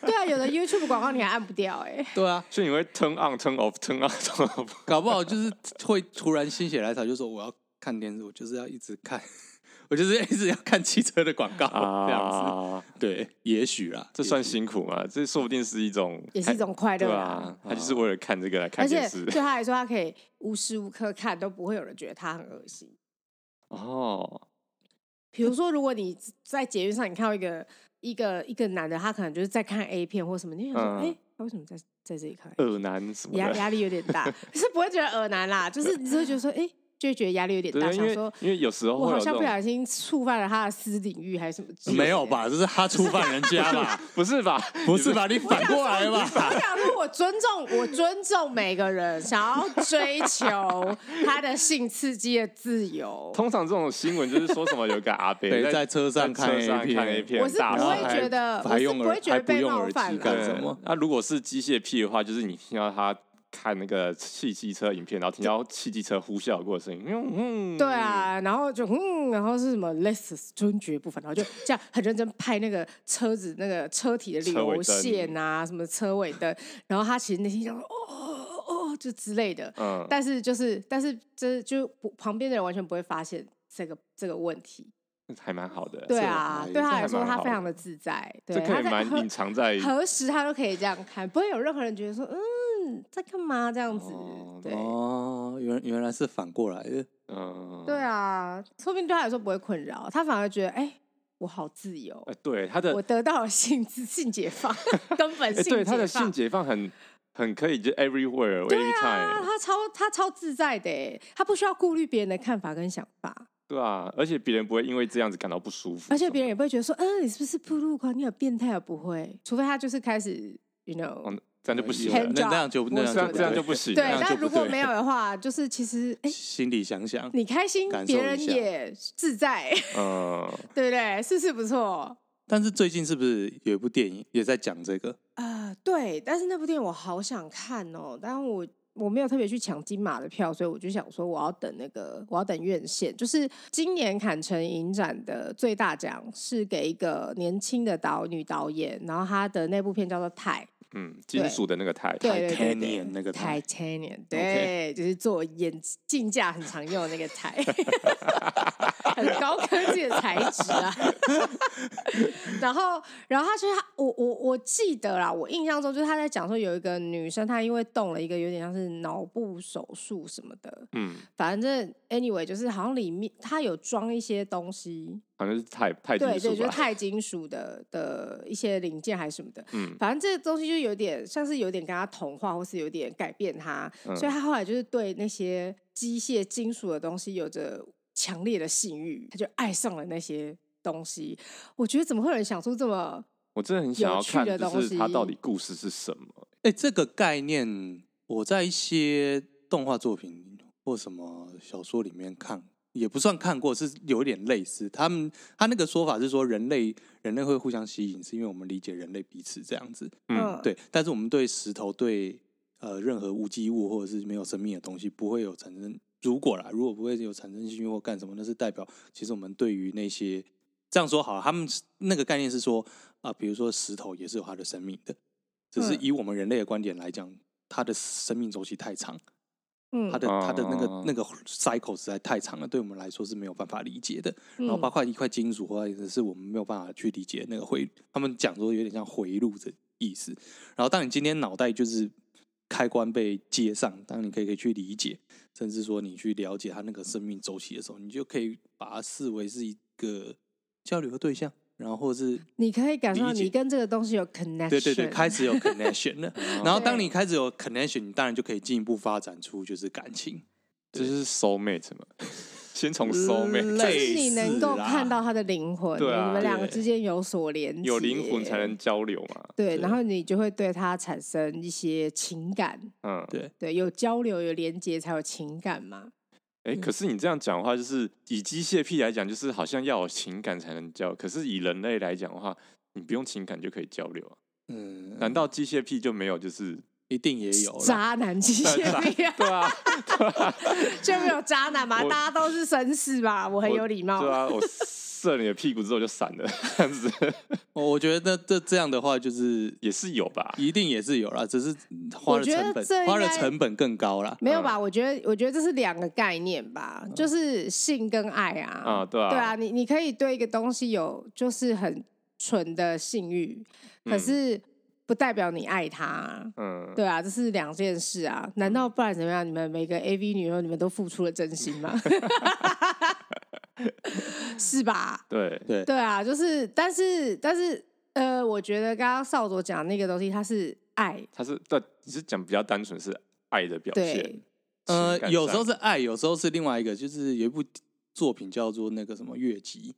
Speaker 3: 对啊，有的 YouTube 广告你还按不掉哎、
Speaker 2: 对啊，
Speaker 1: 所以你会 turn on turn off turn on turn off，
Speaker 2: 搞不好就是会突然心血来潮，就说我要看电视，我就是要一直看， 我就是一直要看汽车的广告、这样
Speaker 1: 啊，
Speaker 2: 子。对，也许啦，
Speaker 1: 这算
Speaker 2: 也许
Speaker 1: 辛苦吗？这说不定是一种，
Speaker 3: 也是一种快乐
Speaker 1: 对
Speaker 3: 啦
Speaker 1: 啊。，他就是为了看这个来看
Speaker 3: 嗯而且
Speaker 1: 电视
Speaker 3: 对他来说，他可以无时无刻看，都不会有人觉得他很恶心。
Speaker 1: 哦，
Speaker 3: 比如说，如果你在捷运上，你看到一个一个一个男的，他可能就是在看 A 片或什么，你就想说，
Speaker 1: 嗯
Speaker 3: 哎、他为什么在在这里看 A 片？
Speaker 1: 恶男什么
Speaker 3: 压
Speaker 1: 的，
Speaker 3: 压力有点大，可是不会觉得耳难啦，就是你只会觉得说，哎、就会觉得压力有点
Speaker 1: 对
Speaker 3: 大，
Speaker 1: 啊，因
Speaker 3: 想
Speaker 1: 为
Speaker 3: 说
Speaker 1: 因为有时候
Speaker 3: 我
Speaker 1: 会
Speaker 3: 好
Speaker 1: 有这
Speaker 3: 像不
Speaker 1: 种，
Speaker 3: 小心触犯了他的私领域还是什么之类的
Speaker 2: 没有？吧？这是他触犯人家吧？
Speaker 1: 不是吧？
Speaker 2: 不是吧？你
Speaker 3: 我想
Speaker 2: 反
Speaker 3: 说
Speaker 2: 过来吧？
Speaker 3: 我想说，我尊重，我尊重每个人想要追求他的性刺激的自由。
Speaker 1: 通常这种新闻就是说什么有个阿伯
Speaker 2: 对在
Speaker 1: 在
Speaker 2: 车上看
Speaker 1: 车上
Speaker 2: A 片
Speaker 1: 看 A 片，
Speaker 3: 我是不
Speaker 1: 大
Speaker 3: 会
Speaker 1: 声
Speaker 3: 觉得，
Speaker 2: 还
Speaker 3: 我是
Speaker 2: 用
Speaker 3: 不
Speaker 2: 耳
Speaker 3: 会觉得
Speaker 2: 还不
Speaker 3: 被
Speaker 2: 用
Speaker 3: 冒
Speaker 2: 耳机
Speaker 3: 犯
Speaker 2: 干
Speaker 3: 啦。
Speaker 1: 对
Speaker 2: 什么
Speaker 1: 那如果是机械屁的话，就是你听到他看那个汽机车影片，然后听到汽机车呼啸过的声音，嗯，嗯
Speaker 3: 对，啊，然后就嗯，然后是什么 less 尊爵不凡，然后就这样很认真拍那个车子那个车体的
Speaker 1: 车尾
Speaker 3: 流
Speaker 1: 灯
Speaker 3: 线啊，什么车尾灯，然后他其实内心想说哦哦哦就之类的，
Speaker 1: 嗯，
Speaker 3: 但是就是但是这就不旁边的人完全不会发现这个这个问题，
Speaker 1: 嗯还蛮好的，
Speaker 3: 对
Speaker 2: 这
Speaker 3: 啊
Speaker 2: 还，
Speaker 3: 对他
Speaker 1: 这还
Speaker 3: 来说
Speaker 1: 蛮
Speaker 3: 他
Speaker 1: 好
Speaker 3: 非常
Speaker 1: 的
Speaker 3: 的自在，对
Speaker 1: 这可
Speaker 3: 他
Speaker 1: 以
Speaker 3: 在
Speaker 1: 蛮
Speaker 3: 何
Speaker 1: 隐藏在
Speaker 3: 何时他都可以这样看，不会有任何人觉得说嗯在干嘛这样子，
Speaker 1: 哦
Speaker 3: 对。
Speaker 2: 哦，原原来是反过来呃的。
Speaker 1: 嗯，
Speaker 3: 对啊，说不定对他来说不会困扰，他反而觉得，哎、我好自由，
Speaker 1: 哎，对他的
Speaker 3: 我得到了性自性 解放，根 本
Speaker 1: 哎，
Speaker 3: 性解放。
Speaker 1: 对他的性解放很很可以，就 everywhere
Speaker 3: 啊
Speaker 1: anytime，
Speaker 3: 他超他超自在的耶，他不需要顾虑别人的看法跟想法，
Speaker 1: 对啊，而且别人不会因为这样子感到不舒服，
Speaker 3: 而且别人也不会觉得说，嗯、你是不是铺路狂，你有变态啊？不会，除非他就是开始，you know，、
Speaker 1: 嗯这样就不行
Speaker 3: 很
Speaker 1: 了，
Speaker 2: 那那样就那
Speaker 1: 这样
Speaker 2: 样
Speaker 1: 这样就
Speaker 2: 就
Speaker 1: 不
Speaker 2: 不
Speaker 1: 行
Speaker 2: 行。
Speaker 1: 了，
Speaker 3: 对
Speaker 2: 哦那，样
Speaker 3: 但
Speaker 2: 就不
Speaker 3: 如果
Speaker 2: 对
Speaker 3: 没有的话，就是其实，哎、
Speaker 2: 心里想想，
Speaker 3: 你开心
Speaker 2: 感，
Speaker 3: 别
Speaker 2: 受一
Speaker 3: 人
Speaker 2: 下
Speaker 3: 也自在，
Speaker 1: 嗯，
Speaker 3: 对不对？是不是不错？
Speaker 2: 但是最近是不是有一部电影也在讲这个？
Speaker 3: 呃啊、对，但是那部电影我好想看哦，但我我没有特别去抢金马的票，所以我就想说我要等那个，我要等院线。就是今年坎城影展的最大奖是给一个年轻的导女导演，然后她的那部片叫做《泰》，
Speaker 1: 嗯，金属的那个钛，
Speaker 3: 对对对
Speaker 2: Titanium 那个钛
Speaker 3: Titanium，对，就是做眼镜架很常用的那个钛， 很高科技的材质啊。 然后，然后他就是他，我我我记得啦，我印象中就是他在讲说有一个女生，她因为动了一个有点像是脑部手术什么的，
Speaker 1: 嗯，
Speaker 3: 反正 anyway 就是好像里面她有装一些东西，
Speaker 1: 好像是钛 钛金
Speaker 3: 对对，
Speaker 1: 属
Speaker 3: 就是
Speaker 1: 吧，
Speaker 3: 钛金属的的一些零件还是什么的，
Speaker 1: 嗯，
Speaker 3: 反正这个东西就有点像是有点跟他同化，或是有点改变他，
Speaker 1: 嗯
Speaker 3: 所以他后来就是对那些机械金属的东西有着强烈的性欲，他就爱上了那些东西。我觉得怎么会有人想出这么
Speaker 1: 我真的很想
Speaker 3: 有
Speaker 1: 要
Speaker 3: 趣
Speaker 1: 看，
Speaker 3: 的
Speaker 1: 就
Speaker 3: 东
Speaker 1: 是它
Speaker 3: 西
Speaker 1: 到底故事是什么。
Speaker 2: 哎、这个概念我在一些动画作品或什么小说里面看，也不算看过，是有点类似。他们他那个说法是说，人类人类会互相吸引，是因为我们理解人类彼此这样子。
Speaker 1: 嗯，
Speaker 2: 对，但是我们对石头、对呃任何无机物或者是没有生命的东西，不会有产生。如果啦，如果不会有产生性欲或干什么，那是代表其实我们对于那些这样说好了，他们是那个概念是说啊、比如说石头也是有它的生命的，只是
Speaker 3: 嗯
Speaker 2: 以我们人类的观点来讲，它的生命周期太长，
Speaker 3: 嗯
Speaker 2: 它的它的那
Speaker 1: 哦
Speaker 2: 个那个 cycle 实在太长了，对我们来说是没有办法理解的。
Speaker 3: 嗯
Speaker 2: 然后包括一块金属或者是我们没有办法去理解那个回，他们讲说有点像回路的意思。然后当你今天脑袋就是开关被接上，当你可以可以去理解，甚至说你去了解它那个生命周期的时候，你就可以把它视为是一个交流的对象，然后或是
Speaker 3: 你可以感受到
Speaker 2: 理解
Speaker 3: 你跟这个东西有 connection，哦
Speaker 2: 对对对，开始有 connection 了。然后当你开始有 connection，你当然就可以进一步发展出就是感情。
Speaker 1: 这就是 soul mate 嘛， 先从 soul
Speaker 3: 就
Speaker 1: mate
Speaker 2: 累
Speaker 3: 嗯是你能够
Speaker 2: 类似啦
Speaker 3: 看到他的灵魂，
Speaker 1: 对啊
Speaker 3: 你们两个
Speaker 2: 对
Speaker 3: 之间有所连接，
Speaker 1: 有灵魂才能交流嘛，
Speaker 3: 对，然
Speaker 2: 对
Speaker 3: 后你就会对他产生一些情感，
Speaker 1: 嗯，
Speaker 2: 对，
Speaker 3: 对，有交流有连接才有情感嘛。
Speaker 1: 哎，可是你这样讲的话，就是以机械癖来讲，就是好像要有情感才能交，可是以人类来讲的话，你不用情感就可以交流啊？
Speaker 2: 嗯，
Speaker 1: 难道机械癖就没有就是？
Speaker 2: 一定也有啦？
Speaker 3: 渣男 机械癖啊，
Speaker 1: 对啊，
Speaker 3: 就没有渣男嘛？
Speaker 1: 我
Speaker 3: 大家都是绅士吧？我很有礼貌
Speaker 1: 对。啊，我射你的屁股之后就闪了，这样子
Speaker 2: 我我觉得这这样的话就是
Speaker 1: 也是有 吧？
Speaker 2: 一定也是有啦，只是嗯花的
Speaker 3: 觉得
Speaker 2: 成本
Speaker 3: 这应该
Speaker 2: 花的成本更高啦。
Speaker 3: 没
Speaker 1: 嗯
Speaker 3: 有吧？我觉得，我觉得这是两个概念吧，就是性跟爱啊。
Speaker 1: 啊，对啊，
Speaker 3: 对啊，，你你可以对一个东西有就是很纯的性欲，可
Speaker 1: 嗯
Speaker 3: 是不代表你爱他。
Speaker 1: 嗯，
Speaker 3: 对啊，这是两件事啊，难道不然怎么样？你们每个 AV 女优，你们都付出了真心 吗？是吧？
Speaker 1: 对，
Speaker 2: 对
Speaker 3: 对啊，就是，但是，但是，呃，我觉得刚刚少佐讲那个东西，它是爱，
Speaker 1: 他是对，你是讲比较单纯是爱的表
Speaker 3: 对
Speaker 1: 现，
Speaker 2: 呃
Speaker 1: 情，感
Speaker 2: 有时候
Speaker 1: 上
Speaker 2: 是爱，有时候是另外一个，就是有一部作品叫做那个什么月季，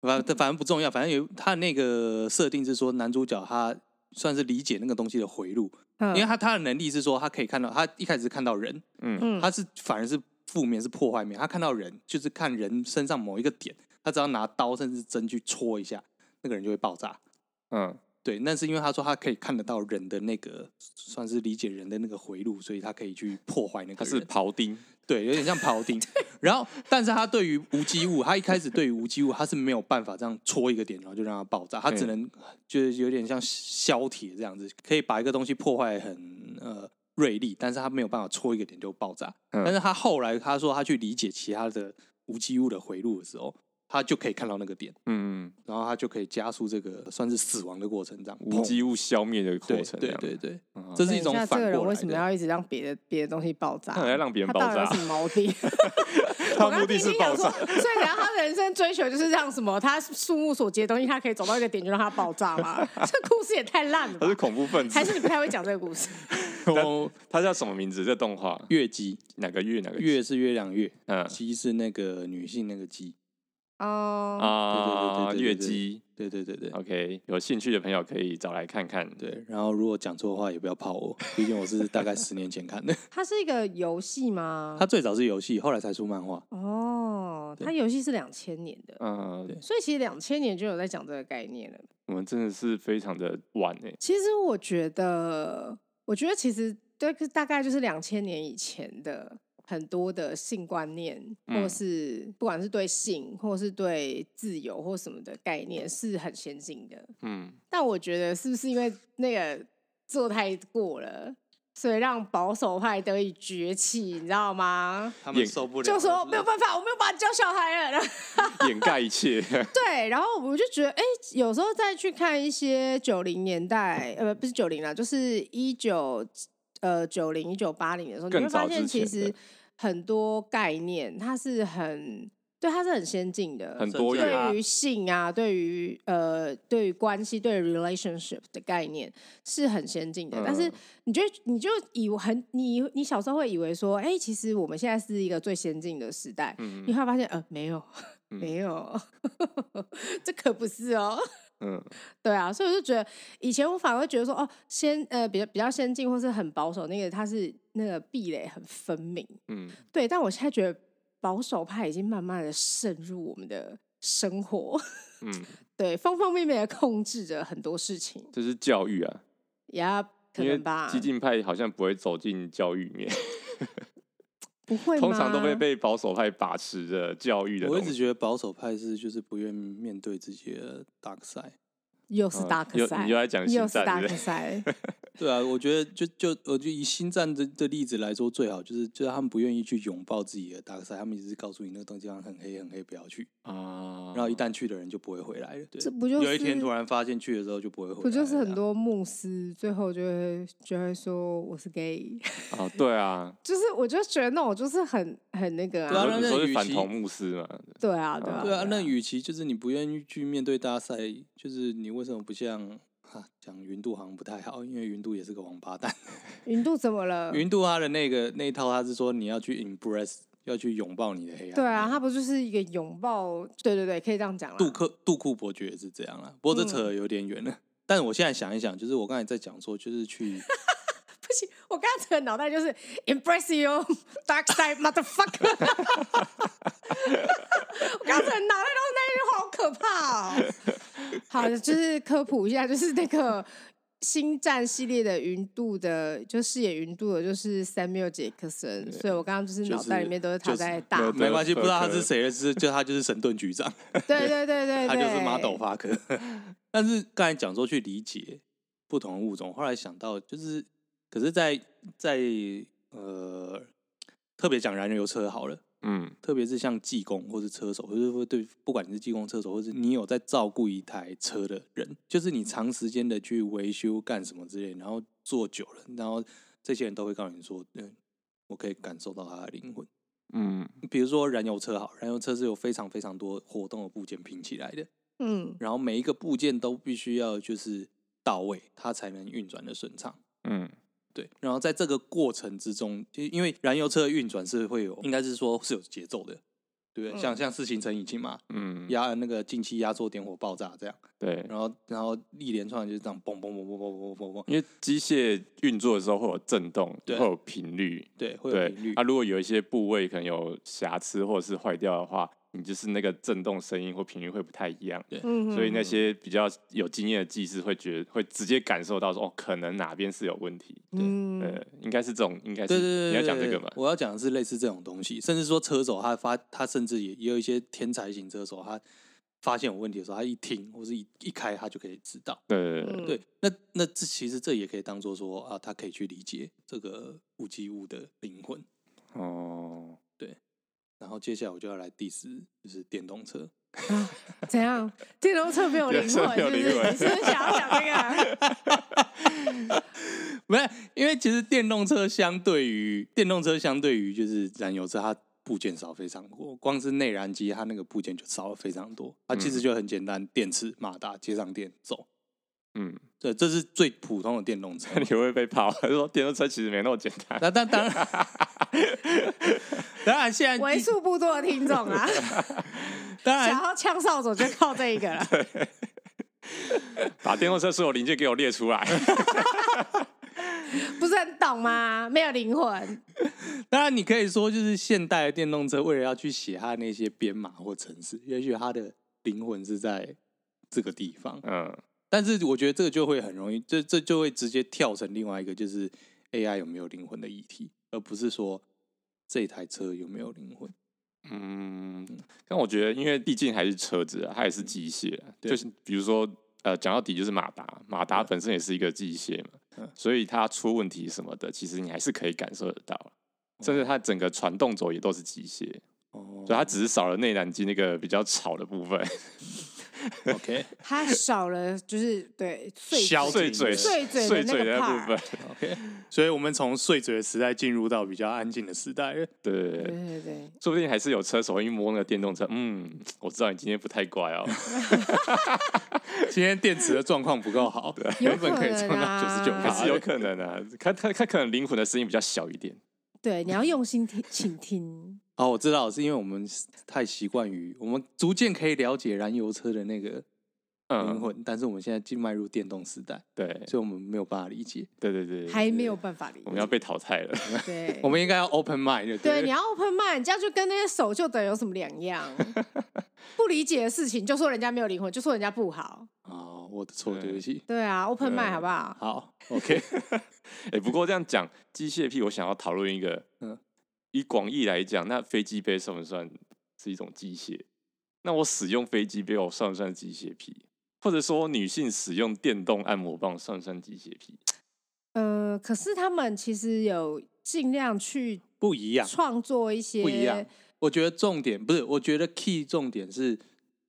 Speaker 2: 反反正不重要，反正有他那个设定是说男主角他算是理解那个东西的回路，
Speaker 3: 嗯
Speaker 2: 因为他他的能力是说他可以看到，他一开始是看到人，
Speaker 1: 嗯
Speaker 3: 嗯
Speaker 2: 他是反而是负面是破坏面，他看到人就是看人身上某一个点，他只要拿刀甚至针去戳一下，那个人就会爆炸。
Speaker 1: 嗯，
Speaker 2: 对，那是因为他说他可以看得到人的那个，算是理解人的那个回路，所以他可以去破坏那个
Speaker 1: 他
Speaker 2: 人。
Speaker 1: 是庖丁，
Speaker 2: 对，有点像 庖丁。然后，但是他对于无机物，他一开始对于无机物，他是没有办法这样戳一个点，然后就让它爆炸。他
Speaker 1: 嗯
Speaker 2: 只能就是有点像削铁这样子，可以把一个东西破坏得很呃锐利，但是他没有办法戳一个点就爆炸。
Speaker 1: 嗯
Speaker 2: 但是他后来他说他去理解其他的无机物的回路的时候，他就可以看到那个点，
Speaker 1: 嗯，
Speaker 2: 然后他就可以加速这个算是死亡的过程，这样
Speaker 1: 无
Speaker 2: 砰
Speaker 1: 机物消灭的
Speaker 2: 对
Speaker 1: 过程，
Speaker 2: 对
Speaker 1: 这样
Speaker 2: 对对，
Speaker 1: 嗯
Speaker 2: 这是一
Speaker 3: 等
Speaker 2: 种
Speaker 3: 下这
Speaker 2: 反
Speaker 3: 个人
Speaker 2: 过来
Speaker 3: 为什 么
Speaker 2: 的。
Speaker 3: 要一直让别的别的东西 爆炸？
Speaker 1: 他很爱让别人
Speaker 3: 他
Speaker 1: 爆
Speaker 3: 到底有
Speaker 1: 炸
Speaker 3: 什，么毛病？
Speaker 1: 他目的是
Speaker 3: 我刚
Speaker 1: 爆
Speaker 3: 刚听你讲说
Speaker 1: 炸。
Speaker 3: 所以，然后他的人生追求就是让什么？他树木所接的东西，他可以走到一个点就让它爆炸吗？ 这故事也太烂了
Speaker 1: 他
Speaker 3: 吧
Speaker 1: 是！恐怖分子
Speaker 3: 还，是你不太会讲这个故 事？
Speaker 2: 哦，
Speaker 1: 他叫什么名字？这动画
Speaker 2: 月 姬，
Speaker 1: 哪个月哪个
Speaker 2: 月是月亮月，
Speaker 1: 嗯
Speaker 2: 姬是那个女性那个姬。
Speaker 3: 哦，
Speaker 1: 啊，
Speaker 2: 对对对对对对
Speaker 1: 月姬。
Speaker 2: 对对对对
Speaker 1: OK，有兴趣的朋友可以找来看看。
Speaker 2: 对。然后如果讲错话也不要泡我，毕竟我是大概十年前看的。
Speaker 3: 它是一个游戏吗
Speaker 2: 它？最早是游戏，后来才出漫画。
Speaker 3: 哦，它游戏是两千年的，
Speaker 1: 嗯，
Speaker 3: 所以其实两千年就有在讲这个概念了。
Speaker 1: 我们真的是非常的晚哎，
Speaker 3: 其实我觉得，我觉得其实对，可是大概就是两千年以前的很多的性观念，或
Speaker 1: 嗯
Speaker 3: 是不管是对性，或是对自由或什么的概念，是很先进的。
Speaker 1: 嗯，
Speaker 3: 但我觉得是不是因为那个做太过了，所以让保守派得以崛起，你知道吗？
Speaker 2: 他
Speaker 1: 也
Speaker 2: 们受不了，
Speaker 3: 就说没有办法，我没有办法教小孩了。然后
Speaker 1: 掩盖一切，
Speaker 3: 对，然后我就觉得，哎、有时候再去看一些九零年代，呃，不是九零啦，就是一九呃九零一九八零的时候，你
Speaker 1: 更
Speaker 3: 会发
Speaker 1: 早之
Speaker 3: 现其
Speaker 1: 前的
Speaker 3: 实很多概念它是很对，它是很先进的，
Speaker 1: 很多
Speaker 2: 甚至
Speaker 1: 元
Speaker 2: 啊
Speaker 3: 对于性啊，对于呃，对于关系，对于 relationship 的概念是很先进的，但是
Speaker 1: 嗯
Speaker 3: 你就你就以为很你你小时候会以为说，哎、其实我们现在是一个最先进的时代，你
Speaker 1: 嗯
Speaker 3: 会发现呃没有
Speaker 1: 嗯
Speaker 3: 没有， 这可不是哦。
Speaker 1: 嗯
Speaker 3: 对啊，所以我就觉得以前我反而会觉得说，哦，先呃比较比较先进或是很保守那个，它是那个壁垒很分明，
Speaker 1: 嗯，
Speaker 3: 对，但我现在觉得保守派已经慢慢的渗入我们的生活，
Speaker 1: 嗯，
Speaker 3: 对，方方面面的控制着很多事情，
Speaker 1: 这是教育啊，
Speaker 3: 也要可
Speaker 1: 因为
Speaker 3: 能吧，
Speaker 1: 激进派好像不会走进教育里面，
Speaker 3: 不会吗，
Speaker 1: 通常都会被保守派把持着教育的
Speaker 2: 我
Speaker 1: 东
Speaker 2: 一直
Speaker 1: 西。
Speaker 2: 觉得保守派是就是不愿面对自己的 dark side。
Speaker 3: 又是
Speaker 1: 嗯
Speaker 3: 大克
Speaker 1: 又
Speaker 3: 赛，
Speaker 1: 你又在讲
Speaker 3: 又
Speaker 1: 星
Speaker 3: 是
Speaker 1: 战
Speaker 3: 大
Speaker 1: 是
Speaker 3: 克
Speaker 1: 不是
Speaker 3: 赛，
Speaker 2: 对啊，我觉得就就我就以星战这这例子来说最好，就是就是他们不愿意去拥抱自己的 dark side，他们一直告诉你那个东西很黑很黑，不要去。
Speaker 1: 啊
Speaker 2: 然后一旦去的人就不会回来了。对
Speaker 3: 这不就是
Speaker 2: 哦有一天突然发现去的时候就不会回来了？啊
Speaker 3: 不就是很多牧师最后就会就会说我是 gay，
Speaker 1: 啊，对 啊，
Speaker 3: 就是我就觉得那种就是很很那个
Speaker 2: 对啊
Speaker 3: 啊，
Speaker 2: 那
Speaker 1: 你说
Speaker 2: 那
Speaker 1: 是
Speaker 2: 与
Speaker 1: 反
Speaker 2: 其
Speaker 1: 同牧师嘛？
Speaker 3: 对啊，对啊，
Speaker 2: 对啊，那与其就是你不愿意去面对大赛，就是你为什么不像哈讲云度好像不太好，因为云度也是个王八蛋。
Speaker 3: 云度怎么了？
Speaker 2: 云度他的那个那一套，他是说你要去 embrace，要去拥抱你的黑暗。
Speaker 3: 对啊，，他不就是一个拥抱？对对对，可以这样讲啦。
Speaker 2: 杜克杜库伯爵也是这样啦，不过
Speaker 3: 嗯
Speaker 2: 这扯得有点远了。但我现在想一想，就是我刚才在讲说，就是去
Speaker 3: 不行， 我刚才的脑袋就是 embrace your dark side motherfucker。我刚才脑袋都是那句话，好可怕哦。好，就是科普一下，就是那个星战系列的云度的，就饰演云度的，就是 Samuel 杰克森，所以我刚刚就是脑袋里面都是他在打
Speaker 1: 就是
Speaker 3: 嘛，
Speaker 1: 没
Speaker 2: 没关系，不知道他是谁的，是就他就是神盾局长。
Speaker 3: 对对对对，
Speaker 2: 他
Speaker 3: 对
Speaker 2: 就是马斗。发 科。但是刚才讲说去理解不同的物种，后来想到就是，可是在，在呃，特别讲燃油车好了，
Speaker 1: 嗯
Speaker 2: 特别是像技工或是车手，或是会对，不管你是技工、车手，或是你有在照顾一台车的人，就是你长时间的去维修干什么之类，然后做久了，然后这些人都会告诉你说，嗯，我可以感受到他的灵魂。
Speaker 1: 嗯
Speaker 2: 比如说燃油车好，燃油车是有非常非常多活动的部件拼起来的。
Speaker 3: 嗯
Speaker 2: 然后每一个部件都必须要就是到位，它才能运转的顺畅。
Speaker 1: 嗯
Speaker 2: 对，然后在这个过程之中，就因为燃油车的运转是会有，应该是说是有节奏的，对不对？像像四行程引擎嘛，
Speaker 1: 嗯，
Speaker 2: 压那个进气压缩、点火、爆炸这样，
Speaker 1: 对，
Speaker 2: 然后然后一连串就是这样嘣嘣嘣嘣嘣嘣嘣嘣，
Speaker 1: 因为机械运作的时候会有震动，会
Speaker 2: 对
Speaker 1: 有频率，
Speaker 2: 对，会有
Speaker 1: 对
Speaker 2: 频率。
Speaker 1: 啊，如果有一些部位可能有瑕疵或者是坏掉的话，你就是那个震动声音或频率会不太一样。
Speaker 3: 嗯，
Speaker 1: 所以那些比较有经验的技师会觉得，会直接感受到说，哦，可能哪边是有问题。
Speaker 3: 嗯
Speaker 1: 呃，应该是这种，应该是
Speaker 2: 对对对，
Speaker 1: 你要讲
Speaker 2: 对
Speaker 1: 这个
Speaker 2: 对
Speaker 1: 嘛？
Speaker 2: 我要讲的是类似这种东西，甚至说车手他发，他甚至也也有一些天才型车手，他发现有问题的时候，他一听或是一一开，他就可以知道。
Speaker 1: 对对对对，
Speaker 3: 嗯
Speaker 2: 对，那那这其实这也可以当做说啊，他可以去理解这个无机物的灵魂。
Speaker 1: 哦，
Speaker 2: 然后接下来我就要来 diss 就是电动车，
Speaker 3: 怎样？电动车没有 灵魂，是
Speaker 1: 电动车
Speaker 3: 不
Speaker 1: 没
Speaker 3: 是？
Speaker 1: 有
Speaker 3: 你
Speaker 1: 灵
Speaker 3: 是
Speaker 1: 魂
Speaker 3: 不是想要讲这 个？
Speaker 2: 不是因为其实电动车相对于电动车相对于就是燃油车，它部件少非常多，光是内燃机它那个部件就少了非常多。它
Speaker 3: 嗯
Speaker 2: 其实就很简单，电池、马达接上电走。
Speaker 1: 嗯，
Speaker 2: 对，这是最普通的电动车
Speaker 1: 那。你会被泡。 他说电动车其实没那么简单。
Speaker 2: 那但当 然， 当然现在
Speaker 3: 为数不多的听众啊，
Speaker 2: 当然
Speaker 3: 想要呛扫帚就靠这一个了。
Speaker 1: 把电动车所有零件给我列出来。
Speaker 3: 不是很懂吗？没有灵魂，
Speaker 2: 当然，你可以说就是现代的电动车，为了要去写它那些编码或程式，也许它的灵魂是在这个地方。
Speaker 1: 嗯
Speaker 2: 但是我觉得这个就会很容易，这这就会直接跳成另外一个，就是 AI 有没有灵魂的议题，而不是说这台车有没有灵魂。
Speaker 1: 嗯，但我觉得，因为毕竟还是车子啊，它也是机械啊，
Speaker 2: 对
Speaker 1: 就是比如说，呃，讲到底就是马达，马达本身也是一个机械嘛，
Speaker 2: 嗯
Speaker 1: 所以它出问题什么的，其实你还是可以感受得到，啊甚至它整个传动轴也都是机械，
Speaker 2: 哦
Speaker 1: 所以它只是少了内燃机那个比较吵的部分，
Speaker 2: OK
Speaker 3: 它少了就是对碎
Speaker 2: 消
Speaker 1: 碎嘴
Speaker 3: 碎嘴的
Speaker 1: 碎
Speaker 3: 那
Speaker 1: 嘴
Speaker 3: 个
Speaker 1: 的
Speaker 3: part
Speaker 1: 部分，
Speaker 2: OK，所以我们从碎嘴的时代进入到比较安静的时代了。
Speaker 1: 对对对
Speaker 3: 对
Speaker 1: 对，
Speaker 3: 对对，
Speaker 1: 说不定还是有车手一摸那个电动车，嗯，我知道你今天不太乖哦，
Speaker 2: 今天电池的状况不够好，原本可以充
Speaker 3: 有可能
Speaker 2: 到九
Speaker 3: 啊
Speaker 2: 十九
Speaker 1: 还
Speaker 2: 趴，
Speaker 1: 是有可能啊，它它它可能灵魂的声音比较小一点，
Speaker 3: 对，你要用心听，请听。
Speaker 2: 哦，我知道，是因为我们太习惯于我们逐渐可以了解燃油车的那个灵
Speaker 1: 嗯，
Speaker 2: 魂，但是我们现在进迈入电动时代，
Speaker 1: 对
Speaker 2: 所以我们没有办法理解。
Speaker 1: 对对对，
Speaker 3: 还没
Speaker 1: 有。
Speaker 3: 有办法理解。
Speaker 1: 我们要被淘汰了。
Speaker 3: 对
Speaker 2: 我，们应该要 open mind，就了
Speaker 3: 对，你要 open mind，这样就跟那些守旧的人有什么两样？不理解的事情就说人家没有灵魂，就说人家不好。
Speaker 2: 哦，我的错，对不起。
Speaker 3: 对啊，open
Speaker 1: 对
Speaker 3: mind 好不好？
Speaker 2: 好，OK，
Speaker 1: 哎、不过这样讲，机械屁，我想要讨论一个，
Speaker 2: 嗯
Speaker 1: 以广义来讲，那飞机杯算不算是一种机械？那我使用飞机杯，我算不算机械屁？或者说，女性使用电动按摩棒算不算机械屁？
Speaker 3: 呃，可是他们其实有尽量去
Speaker 2: 不一样，
Speaker 3: 创作一些
Speaker 2: 不一样。我觉得重点不是，我觉得 key 重点是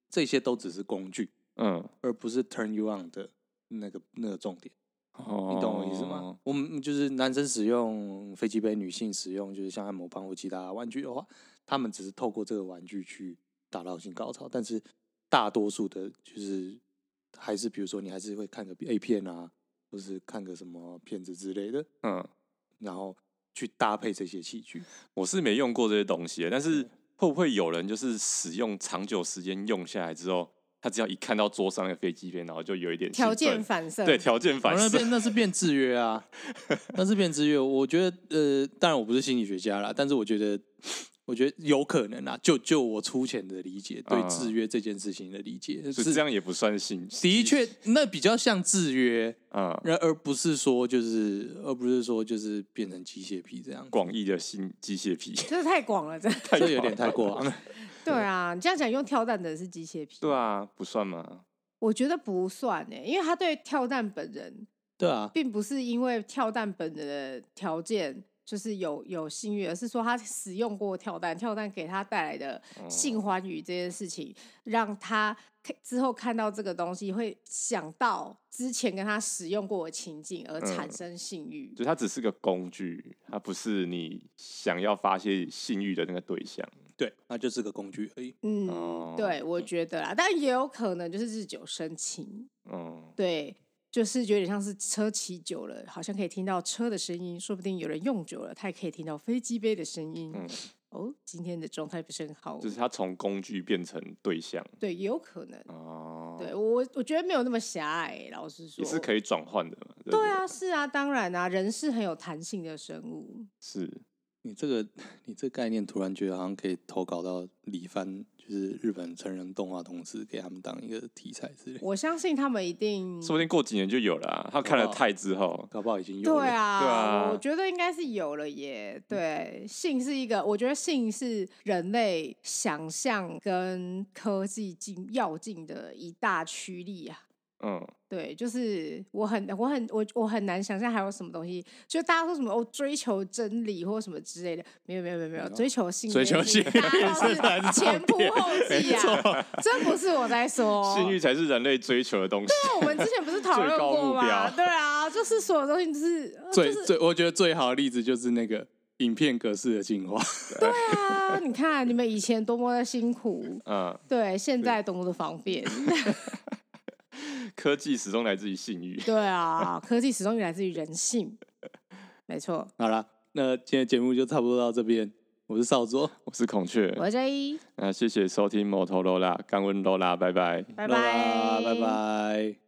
Speaker 2: 这些都只是工具，
Speaker 1: 嗯，
Speaker 2: 而不是 turn you on 的那个那个重点。
Speaker 1: 哦
Speaker 2: 你懂我意思吗？？我们就是男生使用飞机杯，女性使用就是像按摩棒或其他玩具的话，他们只是透过这个玩具去达到性高潮，但是大多数的就是还是比如说你还是会看个 A 片啊，或是看个什么片子之类的，
Speaker 1: 嗯，
Speaker 2: 然后去搭配这些器具。
Speaker 1: 我是没用过这些东西，但是会不会有人就是使用长久时间用下来之后，他只要一看到桌上的飞机杯，然后就有一点
Speaker 3: 条
Speaker 1: 兴奋
Speaker 3: 件反射。
Speaker 1: 对条件反
Speaker 2: 哦那
Speaker 1: 射，
Speaker 2: 变那是变制约啊，那是变制约。我觉得呃，当然我不是心理学家啦，但是我觉得，我觉得有可能啊。就就我粗浅的理解，对
Speaker 1: 嗯
Speaker 2: 制约这件事情的理解、
Speaker 1: 所以
Speaker 2: 是
Speaker 1: 这，样也不算性。
Speaker 2: 的确那比较像制约，
Speaker 1: 嗯，
Speaker 2: 而而不是说就是而不是说就是变成机械皮这样，
Speaker 1: 广义的新机械 皮。
Speaker 3: 这太广了，这
Speaker 2: 这有点太过昂。
Speaker 3: 对啊，你这样讲用跳蛋的是机械皮，
Speaker 1: 对啊，不算吗？
Speaker 3: 我觉得不算诶、因为他对跳蛋本人
Speaker 2: 对啊，
Speaker 3: 并不是因为跳蛋本人的条件就是有有性欲，而是说他使用过跳蛋，跳蛋给他带来的
Speaker 1: 哦
Speaker 3: 性欢愉这件事情，让他看之后看到这个东西会想到之前跟他使用过的情境而产
Speaker 1: 嗯
Speaker 3: 生性欲。
Speaker 1: 就它只是个工具，它不是你想要发泄性欲的那个对象。
Speaker 2: 对，那就是个工具而已。
Speaker 3: 嗯，
Speaker 1: 哦
Speaker 3: 对，我觉得啦，但也有可能就是日久生情。
Speaker 1: 嗯，
Speaker 3: 对，就是有点像是车骑久了，好像可以听到车的声音，说不定有人用久了，他也可以听到飞机杯的声音。
Speaker 1: 嗯
Speaker 3: 哦，今天的状态不是很好，
Speaker 1: 就是它从工具变成对象。
Speaker 3: 对，也有可能。
Speaker 1: 哦，
Speaker 3: 对我，我觉得没有那么狭隘，老实说，
Speaker 1: 也是可
Speaker 3: 以。
Speaker 1: 以转换的嘛。对不
Speaker 3: 对
Speaker 1: 对，
Speaker 3: 啊，是啊，当然啊，人是很有弹性的生物。
Speaker 1: 是
Speaker 2: 你这个你这概念突然觉得好像可以投稿到李帆，就是日本成人动画公司，给他们当一个题材之类。
Speaker 3: 我相信他们一定，
Speaker 1: 说不定过几年就有了、啊。他看了
Speaker 2: 好
Speaker 1: 泰之后，
Speaker 2: 哦搞不好已经有了。
Speaker 3: 对啊，
Speaker 1: 对啊
Speaker 3: 我觉得应该是有了耶。对，性是一个，我觉得性是人类想象跟科技进要进的一大驱力啊。
Speaker 1: 嗯，
Speaker 3: 对，就是我很我很我我很难想象还有什么东西，就大家说什么哦追求真理或什么之类的，没有没有没有没有追求性
Speaker 2: 追
Speaker 3: 这件
Speaker 2: 求
Speaker 3: 事
Speaker 2: 性
Speaker 3: 情大家都是
Speaker 2: 这才是
Speaker 3: 前仆
Speaker 2: 重点
Speaker 3: 后继啊，这不是我在说，
Speaker 1: 嗯性欲才是人类追求的 东西。
Speaker 3: 我们之前不是讨
Speaker 1: 最
Speaker 3: 论
Speaker 1: 高
Speaker 3: 过
Speaker 1: 目
Speaker 3: 吗？
Speaker 1: 标
Speaker 3: 对啊，就是所有东西就是呃
Speaker 2: 最
Speaker 3: 就是
Speaker 2: 最，我觉得最好的例子就是那个影片格式的进化。
Speaker 3: 对啊，你看你们以前多么的辛苦，
Speaker 1: 嗯，
Speaker 3: 对，现在多么的方便，
Speaker 1: 科技始终来自于性欲。
Speaker 3: 对啊，科技始终来自于人性，没错。
Speaker 2: 好啦，那今天节目就差不多到这边。我是少佐，
Speaker 1: 我是孔雀，
Speaker 3: 我是 J 一，
Speaker 1: 那谢谢收听摩托罗拉，干温罗拉，拜拜。
Speaker 3: 拜
Speaker 2: 拜
Speaker 3: 拜，
Speaker 2: 拜拜。